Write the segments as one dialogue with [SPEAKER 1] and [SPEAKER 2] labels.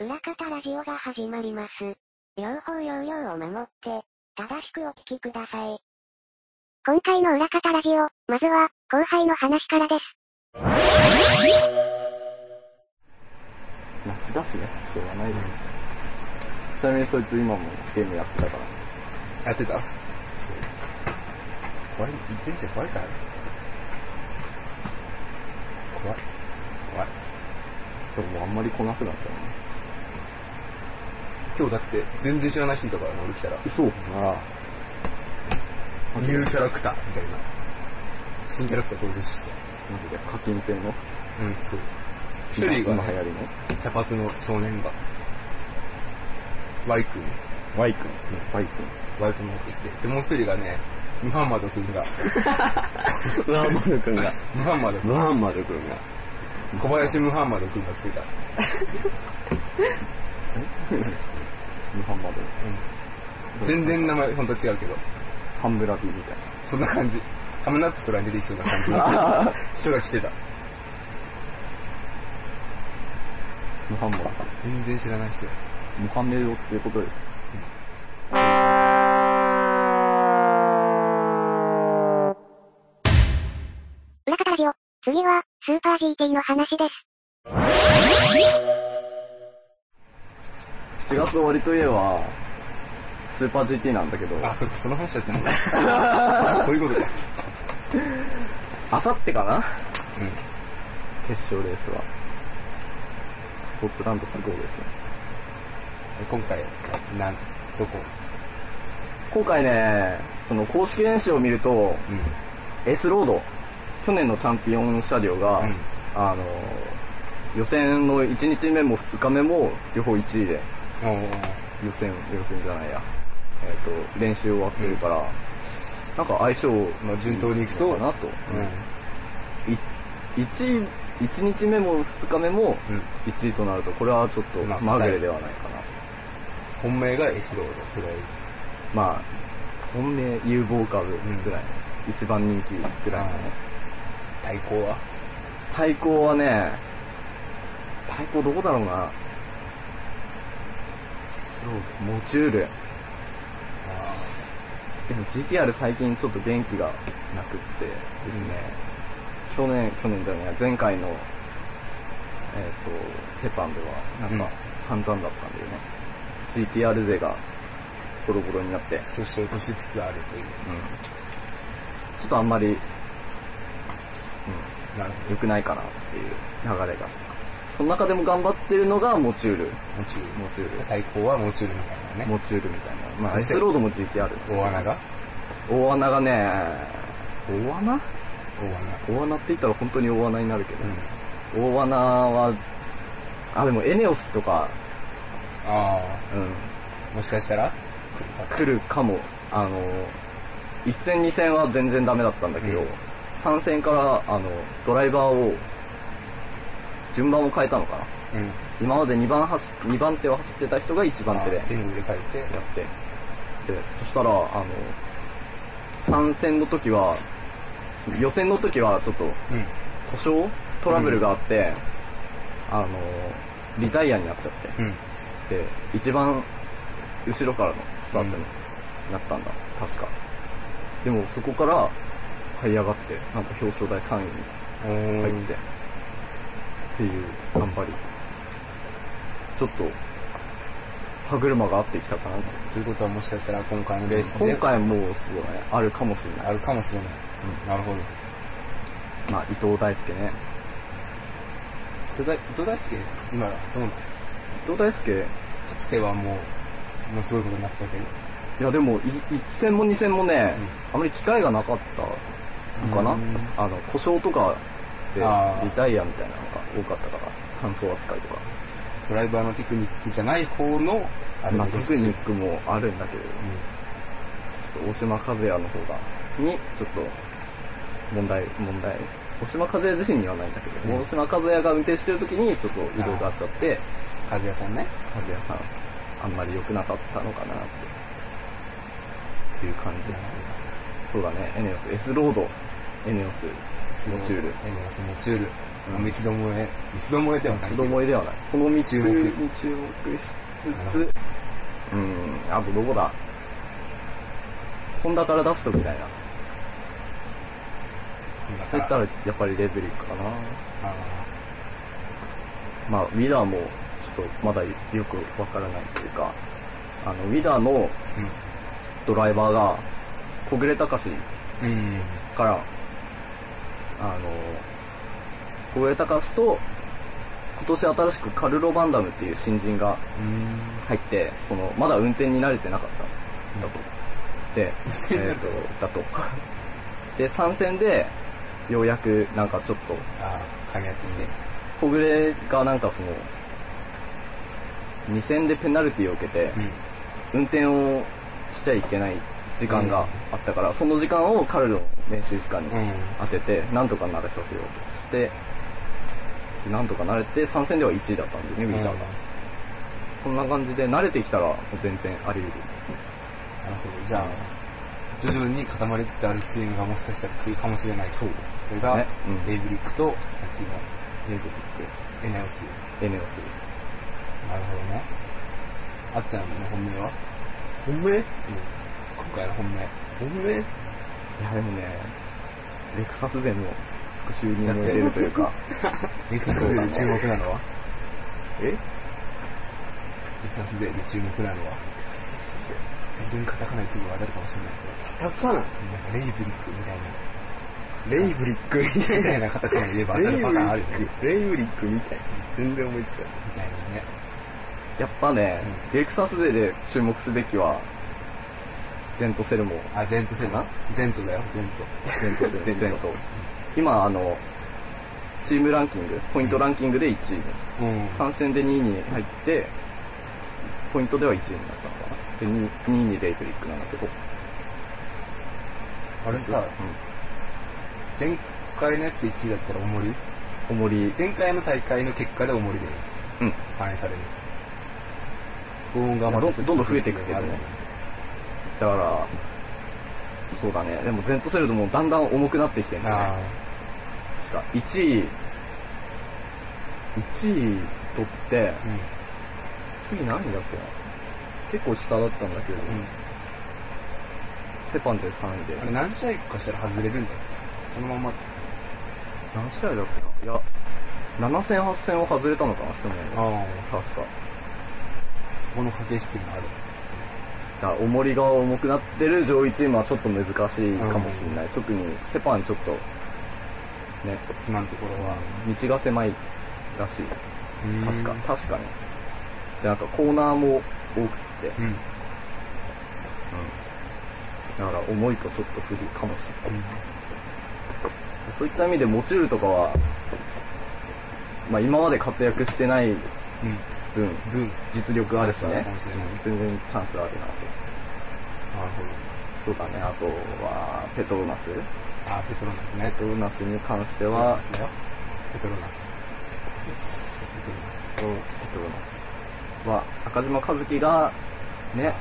[SPEAKER 1] 裏方ラジオが始まります。両方要領を守って、正しくお聞きください。
[SPEAKER 2] 今回の裏方ラジオ、まずは、後輩の話からです。
[SPEAKER 3] 夏だしね、しょうがないよね。ちなみにそいつ今もゲームやってたから。
[SPEAKER 4] やってたそう。怖い、人生怖いからね。怖い。怖い。
[SPEAKER 3] でももうあんまり来なくなったよね。
[SPEAKER 4] 今日だって、全然知らない人いたからね、俺来たら。
[SPEAKER 3] 嘘だから、マ
[SPEAKER 4] ニ
[SPEAKER 3] ジで
[SPEAKER 4] ューキャラクターみたいな。新キャラクター登場して。
[SPEAKER 3] マジで課金制の。
[SPEAKER 4] うん、そう。一人が
[SPEAKER 3] 今
[SPEAKER 4] ね、
[SPEAKER 3] 今流行りの。
[SPEAKER 4] 茶髪の少年が、Y 君、
[SPEAKER 3] ワイ君。ワイ君。
[SPEAKER 4] Y 君持ってきて。で、もう一人がね、ムハンマド君 が、
[SPEAKER 3] ワーマル君が。
[SPEAKER 4] ムハンマド君、
[SPEAKER 3] ワーマル君が。
[SPEAKER 4] 小林ムハンマド君がつけた。
[SPEAKER 3] ムハンマド。
[SPEAKER 4] 全然名前ほんと違うけど、
[SPEAKER 3] ハンブラビみたいな。
[SPEAKER 4] そんな感じ。ハムナップトラに出てきそうな感じの人が来てた。
[SPEAKER 3] ムハンマドか。
[SPEAKER 4] 全然知らない人。
[SPEAKER 3] ムハメドっていうことでしょ。
[SPEAKER 2] 裏方ラジオ、次は、スーパー GT の話です。
[SPEAKER 3] 7月終わりといえば、スーパー GT なんだけど、
[SPEAKER 4] あ、そっか、その話だったんだ。 そういうことか。
[SPEAKER 3] あさってかな
[SPEAKER 4] うん。
[SPEAKER 3] 決勝レースは。スポーツランドすごいですよ。
[SPEAKER 4] 今回、なん、どこ
[SPEAKER 3] 今回ね、その公式練習を見ると、
[SPEAKER 4] うん。
[SPEAKER 3] エースロード、去年のチャンピオン車両が、
[SPEAKER 4] うん
[SPEAKER 3] あの、予選の1日目も2日目も両方1位で、
[SPEAKER 4] お
[SPEAKER 3] 予選、予選じゃないや、えっ、と、練習終わってるから、なんか相性、
[SPEAKER 4] まあ順当に行くと
[SPEAKER 3] かなと。
[SPEAKER 4] う
[SPEAKER 3] 1位、1日目も2日目も
[SPEAKER 4] ん。うん。
[SPEAKER 3] 1位となると、これはちょっと
[SPEAKER 4] まあ
[SPEAKER 3] まぐれではないかな。
[SPEAKER 4] 本命がエスロード、とりあえず。
[SPEAKER 3] まあ、本命有望株ぐらい、一番人気ぐらいのね。
[SPEAKER 4] 対抗は
[SPEAKER 3] 対抗はね、対抗どこだろうな。そう、モチュール。でも GTR 最近ちょっと元気がなくってですね、去年、去年じゃない、前回の、えっ、と、セパンでは、なんか散々だったんだよね。GTR 勢がボロボロになって、うん、ち
[SPEAKER 4] そして落としつつあるという。
[SPEAKER 3] ょっとあんまり
[SPEAKER 4] なる
[SPEAKER 3] 良くないかなっていう流れが。その中でも頑張ってるのがモチュール。
[SPEAKER 4] ほど。モチュー
[SPEAKER 3] モチュー
[SPEAKER 4] ル。対抗はモチュールみたいな
[SPEAKER 3] ル。
[SPEAKER 4] ね。
[SPEAKER 3] モチュールみたいな。まあ、
[SPEAKER 4] そ
[SPEAKER 3] ア
[SPEAKER 4] して
[SPEAKER 3] スロードも GTR。
[SPEAKER 4] 大穴が
[SPEAKER 3] 大穴がね、大穴
[SPEAKER 4] 大穴。
[SPEAKER 3] 大穴って言ったら本当に大穴になるけど、
[SPEAKER 4] うん。
[SPEAKER 3] 大穴は、あ、でもエネオスとか、
[SPEAKER 4] あ
[SPEAKER 3] う
[SPEAKER 4] あ、もしかしたら
[SPEAKER 3] ん、来るかも。あの、1戦2戦は全然ダメだったんだけど、
[SPEAKER 4] うん
[SPEAKER 3] 3戦から、あの、ドライバーを、順番を変えたのかな。
[SPEAKER 4] うん。
[SPEAKER 3] 今まで2番走、二番手を走ってた人が1番手で
[SPEAKER 4] あー全部入れ替えて
[SPEAKER 3] や。って。で、そしたら、あの、参戦の時は、その予選の時はちょっと
[SPEAKER 4] うん。
[SPEAKER 3] 故障トラブルがあって、あの、リタイアになっちゃって。
[SPEAKER 4] うん。
[SPEAKER 3] で、一番後ろからのスタートになったんだ、確か。でもそこから這い上がって、なんと表彰台3位に
[SPEAKER 4] おー
[SPEAKER 3] 入って、っていう頑張り。ちょっと、歯車が合ってきたかなと。
[SPEAKER 4] ということはもしかしたら今回のレースで
[SPEAKER 3] 今回もそうだね、あるかもしれな
[SPEAKER 4] あ
[SPEAKER 3] い。
[SPEAKER 4] るかもしれない。なるほど。
[SPEAKER 3] まあ、伊藤大輔ね。
[SPEAKER 4] 土台、土台式、今、どうなのか
[SPEAKER 3] 伊藤大輔、
[SPEAKER 4] つてはもう、もうすごいことになってたけど。
[SPEAKER 3] いやでも、い一戦も二戦もね、あまり機会がなかったのかな、
[SPEAKER 4] うん
[SPEAKER 3] あの、故障とかで
[SPEAKER 4] あー
[SPEAKER 3] リタイアみたいなのが多かったから、乾燥扱いとか。
[SPEAKER 4] ドライバーのテクニックじゃない方の、あ
[SPEAKER 3] まあ、テクニッ
[SPEAKER 4] ク。
[SPEAKER 3] クもあるんだけど、ちょっと大島和也の方が、に、ちょっと、問題、問題。大島和也自身にはないんだけど、
[SPEAKER 4] うん
[SPEAKER 3] 大島和也が運転してる時に、ちょっと移動があっちゃって、
[SPEAKER 4] 和也さんね。
[SPEAKER 3] 和也さん、あんまり良くなかったのかなっていう感じ。そうだね、エネオス S ロード。エネオス
[SPEAKER 4] ス
[SPEAKER 3] モチュール
[SPEAKER 4] エネオスモチュール。
[SPEAKER 3] うん
[SPEAKER 4] 三つどもえ、三つどもえではない
[SPEAKER 3] 子
[SPEAKER 4] けど。
[SPEAKER 3] 供ではないこの3つ
[SPEAKER 4] 注目
[SPEAKER 3] に注目しつつうんあとどこだホンダから出すとみたいな
[SPEAKER 4] だ
[SPEAKER 3] そ
[SPEAKER 4] か
[SPEAKER 3] うい
[SPEAKER 4] ら
[SPEAKER 3] ったらやっぱりレブリックかな
[SPEAKER 4] あ
[SPEAKER 3] まあウィダーもちょっとまだよくわからないというかあのウィダーの
[SPEAKER 4] ー
[SPEAKER 3] ドライバーが小暮隆
[SPEAKER 4] うん。うん。
[SPEAKER 3] からあの小暮隆と今年新しくカルロ・バンダムっていう新人が
[SPEAKER 4] うん。
[SPEAKER 3] 入ってそのまだ運転に慣れてなかったんだと、で、え
[SPEAKER 4] に慣れ
[SPEAKER 3] ー、
[SPEAKER 4] て
[SPEAKER 3] とだ
[SPEAKER 4] な
[SPEAKER 3] とで参戦でようやくなんかちょっと
[SPEAKER 4] ああ、噛み合ってきて。
[SPEAKER 3] 小暮がなんかその2戦でペナルティを受けて、
[SPEAKER 4] うん。
[SPEAKER 3] 運転をしちゃいけない時間があったから、その時間を彼の練習時間に
[SPEAKER 4] うん。
[SPEAKER 3] 当てて、なんとか慣れさせようとしてでなんとか慣れて3戦では1位だったんでねウィーダーが、そんな感じで慣れてきたら全然あり得る
[SPEAKER 4] なるほど。じゃあ、徐々に固まりつつあるチームがもしかしたら来るかもしれない。そう。それが
[SPEAKER 3] ねうん、
[SPEAKER 4] レイブリックと、さっき
[SPEAKER 3] レ
[SPEAKER 4] の
[SPEAKER 3] ブリッ
[SPEAKER 4] エネオス。
[SPEAKER 3] クエネオス
[SPEAKER 4] なるほどね。あっちゃんの本命は
[SPEAKER 3] 本命い
[SPEAKER 4] 今回の本命。
[SPEAKER 3] 本命いやでもねレクサス勢も復讐に
[SPEAKER 4] だって
[SPEAKER 3] 燃えてるというか
[SPEAKER 4] レクサス勢で注目なのは
[SPEAKER 3] え
[SPEAKER 4] レクサス勢で注目なのは非常にカタカナ言ってるのが当たるかもしれない
[SPEAKER 5] カタ
[SPEAKER 4] けど、
[SPEAKER 5] カナ
[SPEAKER 4] なんかレイブリックみたいな、
[SPEAKER 5] レイブリックみたい
[SPEAKER 4] みたいなカタカナ言えば当
[SPEAKER 5] な。
[SPEAKER 4] た
[SPEAKER 5] レイ
[SPEAKER 4] る
[SPEAKER 5] ブ
[SPEAKER 4] パ
[SPEAKER 5] リ
[SPEAKER 4] ターンあるよね。み
[SPEAKER 5] ック。レイブリックみたいな。全然思いつかない。
[SPEAKER 4] たいなね。
[SPEAKER 3] やっぱね、レクサス勢で注目すべきはゼントセルも
[SPEAKER 4] あ、ゼントセブン
[SPEAKER 3] か
[SPEAKER 4] ゼントだよ、ゼント。
[SPEAKER 3] 全頭全頭今あのチームランキングポイントランキングで1位、
[SPEAKER 4] うん
[SPEAKER 3] 3戦で2位に入ってポイントでは1位になったのかなで 2, 2位にレイブリックなんだけど
[SPEAKER 4] あれさ、前回のやつで1位だったらおもり
[SPEAKER 3] うん、おもり
[SPEAKER 4] 前回の大会の結果でおもりで
[SPEAKER 3] うん
[SPEAKER 4] 反映される。そこが
[SPEAKER 3] いやどんどんどん増えていくけどねだからそうだねでもゼントセルドもだんだん重くなってきてるんだよね
[SPEAKER 4] ああ。
[SPEAKER 3] 確か1位1位取って
[SPEAKER 4] うん。
[SPEAKER 3] 次何位だっけな結構下だったんだけど、セパンで3位で
[SPEAKER 4] あれ何試合かしたら外れるんだよ。そのまま。
[SPEAKER 3] 何試合だっけないや、7戦8戦を外れたのかな、去年は。
[SPEAKER 4] あ
[SPEAKER 3] 確か。
[SPEAKER 4] あ。そこの駆け引きもある。
[SPEAKER 3] だから、重りが重くなってる上位チームはちょっと難しいかもしれない。特に、セパンちょっと、ね、
[SPEAKER 4] 今のところは。
[SPEAKER 3] 道が狭いらしい。確か、確かね。で、なんかコーナーも多くって、
[SPEAKER 4] うん。
[SPEAKER 3] だから重いとちょっと不利かもしれ
[SPEAKER 4] う
[SPEAKER 3] ない。
[SPEAKER 4] ん。
[SPEAKER 3] そういった意味で、モチュールとかは、まあ今まで活躍してない
[SPEAKER 4] うん。
[SPEAKER 3] 分、
[SPEAKER 4] 分。
[SPEAKER 3] 実力あるし
[SPEAKER 4] チャンスあ
[SPEAKER 3] ね
[SPEAKER 4] るかもしれない。
[SPEAKER 3] 全然チャンスあるなと。
[SPEAKER 4] なるほ
[SPEAKER 3] そ
[SPEAKER 4] ど。
[SPEAKER 3] うだね、あとは、ペトロナス。
[SPEAKER 4] ああ、ペトロナスね
[SPEAKER 3] ペ。トロナスに関して
[SPEAKER 4] ペトロ
[SPEAKER 3] は
[SPEAKER 4] ナ、スだよ。ペトロナス。ペトロナス。
[SPEAKER 3] ペトロナスは、中島和樹が、ね、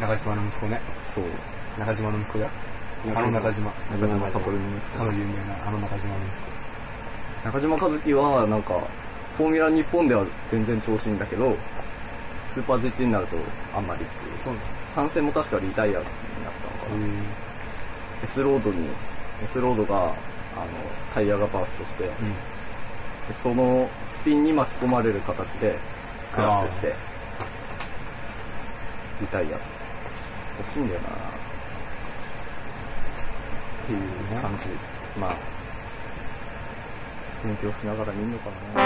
[SPEAKER 4] 中島の息子ね。
[SPEAKER 3] そう、
[SPEAKER 4] 中島の息子だよ。あの中島。
[SPEAKER 3] 中島サボルの息子
[SPEAKER 4] かの有名なあの中島の息子。
[SPEAKER 3] 中島和樹は、なんか、フォーミュラ日本では全然調子いいんだけど、スーパー GT になるとあんまりっていう。
[SPEAKER 4] そうなんだ。
[SPEAKER 3] 参戦も確かリタイアになったのかな。
[SPEAKER 4] うん。
[SPEAKER 3] S ロードに、S ロードが、あの、タイヤがバーストして、でそのスピンに巻き込まれる形でクラッシュしてリタイア惜しいんだよなっていう感じ、まあ勉強しながら見んのか な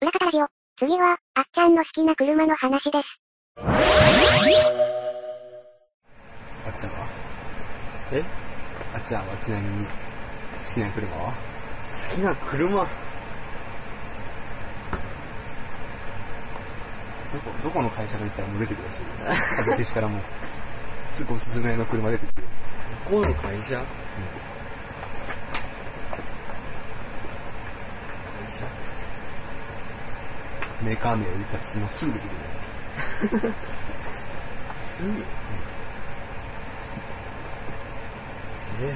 [SPEAKER 2] 裏方ラジオ。次は、あっちゃんの好きな車の話です。
[SPEAKER 4] あっちゃんは
[SPEAKER 5] え
[SPEAKER 4] あっちゃんはちなみに好きな車は
[SPEAKER 5] 好きな車
[SPEAKER 4] どこ、どこの会社が行ったらもう出てくるし、風消しからもう、すぐおすすめの車出てくる。
[SPEAKER 5] この会社、会社
[SPEAKER 4] メーカー名を言ったらすぐ出てくる。
[SPEAKER 5] すずいよ。え、え、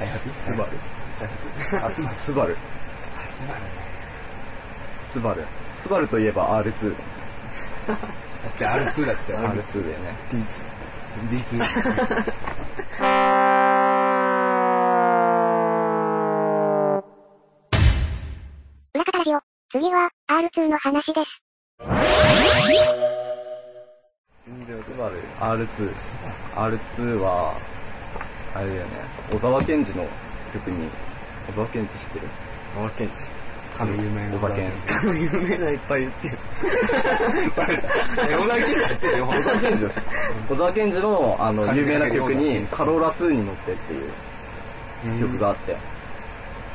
[SPEAKER 4] 開発
[SPEAKER 3] スバル。
[SPEAKER 4] 開発
[SPEAKER 3] あ、スバル。スバル。
[SPEAKER 4] あ、スバルね。
[SPEAKER 3] スバル。スバルといえば R2。
[SPEAKER 4] だって R2 だって、
[SPEAKER 3] R2 だよね。
[SPEAKER 4] D2。
[SPEAKER 2] 裏方ラジオ。次は、R2 の話です。
[SPEAKER 5] 全然わか
[SPEAKER 3] ス
[SPEAKER 5] んない
[SPEAKER 3] バル。R2。R2 は、あれだよね。小沢健二の曲に、小沢健二知ってる
[SPEAKER 5] 沢健二。
[SPEAKER 4] かの有名な
[SPEAKER 3] 小沢健
[SPEAKER 5] この夢がいっぱい言ってる。
[SPEAKER 4] え、小田健二知ってるよ、
[SPEAKER 3] 小沢健二です。小沢健二の、あの、
[SPEAKER 4] 感じ
[SPEAKER 3] 有
[SPEAKER 4] だ
[SPEAKER 3] 名
[SPEAKER 4] け
[SPEAKER 3] な曲
[SPEAKER 4] 小沢健
[SPEAKER 3] に、
[SPEAKER 4] 二
[SPEAKER 3] カローラ2に乗ってっていう曲があって、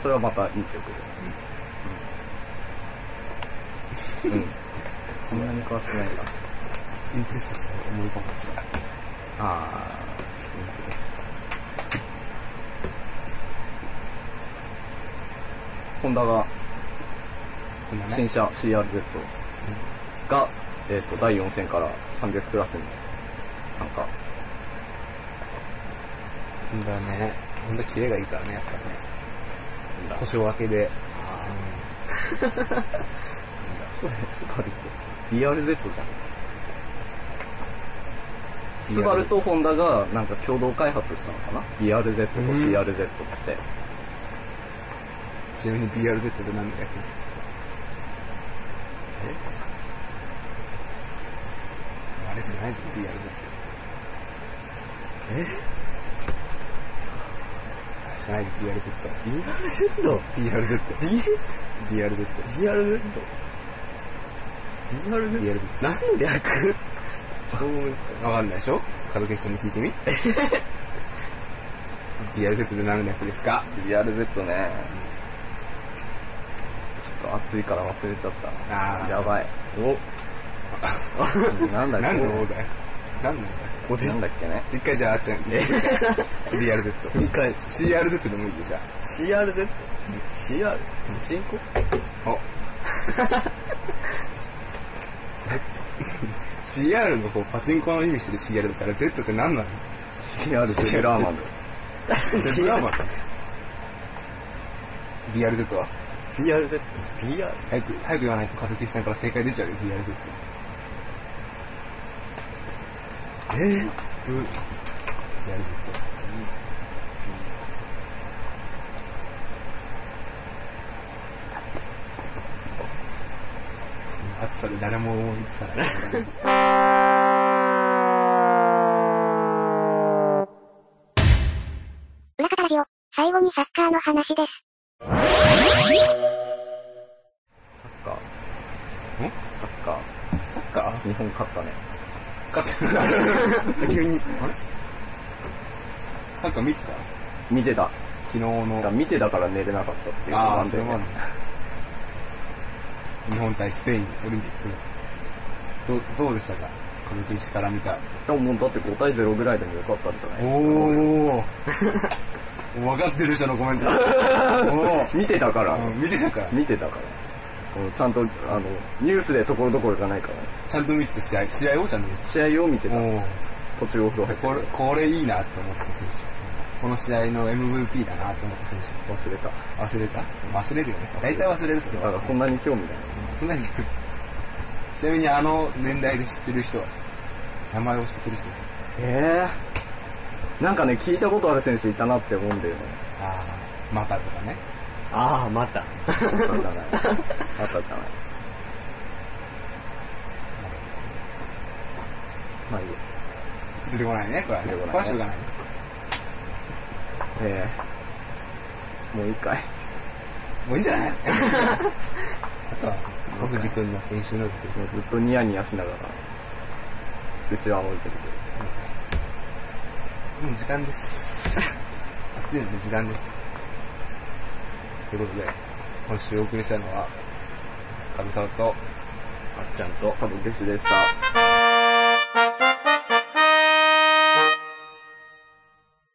[SPEAKER 3] それはまたいい曲で。うん。 そんなに詳しくないか。
[SPEAKER 4] インプレッサーしか思い浮かばないですから。
[SPEAKER 3] あー、です。ホンダが
[SPEAKER 4] こんな
[SPEAKER 3] 新
[SPEAKER 4] ね。
[SPEAKER 3] 車 CRZ が、えっと第4戦から300クラスに参加
[SPEAKER 4] ホンダね。ホンダキレがいいからね、やっぱね。
[SPEAKER 3] だ
[SPEAKER 4] 故障明けで。
[SPEAKER 3] スバルって BRZ じゃんスバルとホンダがなんか共同開発したのかな BRZ と CRZ っつって、
[SPEAKER 4] ちなみに BRZ って何だっけあれじゃないじゃん、BRZ あ
[SPEAKER 5] え
[SPEAKER 4] れじゃない、BRZ。
[SPEAKER 5] ?BRZ?
[SPEAKER 4] BRZ。BRZ。
[SPEAKER 5] BRZ? BRZ?
[SPEAKER 4] BRZ。
[SPEAKER 5] 何の略そうです
[SPEAKER 4] わかんないでしょ門脇さんに聞いてみ。BRZ って何の略ですか
[SPEAKER 3] BRZ ねちょっと暑いから忘れちゃった
[SPEAKER 4] あー
[SPEAKER 3] やばいお なんだっけ
[SPEAKER 4] 何の王だよ何の王だよ
[SPEAKER 3] ここでなんだっけね
[SPEAKER 4] 一回じゃあ、あっちゃんに。BRZ。
[SPEAKER 5] か。理解です。
[SPEAKER 4] CRZ でもいいよ、じゃ
[SPEAKER 5] CRZ? CR? チンコ
[SPEAKER 4] あ。お CR のこうパチンコの意味してる CR だったら Z って何なの
[SPEAKER 3] CRZ ブラーマンだ
[SPEAKER 4] ?Z ラバー ?BRZ は
[SPEAKER 5] ?BRZ? BR?
[SPEAKER 4] 早く、早く言わないとカフェキさんから正解出ちゃうよ、BRZ。
[SPEAKER 5] えー、ぶ
[SPEAKER 4] BRZ。暑さで誰も思いつかない。
[SPEAKER 2] 裏方ラジオ。最後にサッカーの話です。
[SPEAKER 3] サッカー
[SPEAKER 4] ん
[SPEAKER 3] サッカー
[SPEAKER 4] サッカ
[SPEAKER 3] 日本勝ったね
[SPEAKER 4] ー勝ったな。
[SPEAKER 5] 急に。
[SPEAKER 4] サッカー見てた
[SPEAKER 3] 見てた
[SPEAKER 4] 昨日
[SPEAKER 3] だから
[SPEAKER 4] の。
[SPEAKER 3] 見てたから寝れなかったっていうの
[SPEAKER 4] あ
[SPEAKER 3] があ
[SPEAKER 4] あ、
[SPEAKER 3] ん
[SPEAKER 4] そ
[SPEAKER 3] だ
[SPEAKER 4] れ
[SPEAKER 3] よ
[SPEAKER 4] もある
[SPEAKER 3] ね
[SPEAKER 4] ね。日本対スペインオリンピック。ど、どうでしたか歌舞伎市から見た。
[SPEAKER 3] でももうだって5対0ぐらいでもよかったんじゃない
[SPEAKER 4] おお。分かってる人のコメント。 お
[SPEAKER 3] 見てたから、
[SPEAKER 4] お。見てたから。
[SPEAKER 3] 見てたからこのちゃんとあのニュースでところどころじゃないからね
[SPEAKER 4] ちゃんと見てた試合。試合をちゃんと見て
[SPEAKER 3] 試合を見て
[SPEAKER 4] た。
[SPEAKER 3] た
[SPEAKER 4] おお。
[SPEAKER 3] 途中お風呂入
[SPEAKER 4] これ、
[SPEAKER 3] って
[SPEAKER 4] これいいなって思った選手。この試合の MVP だなって思った選
[SPEAKER 3] 忘
[SPEAKER 4] 手。
[SPEAKER 3] れた
[SPEAKER 4] 忘れた忘れるよね。大体忘れる、それ
[SPEAKER 3] だ
[SPEAKER 4] は。
[SPEAKER 3] からそんなに興味ない
[SPEAKER 4] そんなに。ちなみにあの年代で知ってる人は名前を知ってる人は
[SPEAKER 3] ええなんかね聞いたことある選手いたなって思うん だよね
[SPEAKER 4] ああ、またとかね。
[SPEAKER 5] ああ、また。
[SPEAKER 3] あったじゃないあったじゃないまあいいや
[SPEAKER 4] 出てこないね、これはね。
[SPEAKER 3] 出てこないね
[SPEAKER 4] これはしょうがないね。
[SPEAKER 3] ええもういいかい
[SPEAKER 4] もういいんじゃないあとは、僕自君の編集能力ですね。
[SPEAKER 3] ずっとニヤニヤしながら、うちは置いてる
[SPEAKER 4] もう時間です。暑いので時間です。ということで、今週お送りしたのは、かぶさわと、
[SPEAKER 5] あっちゃんと。
[SPEAKER 3] けど。多分、弟子でした。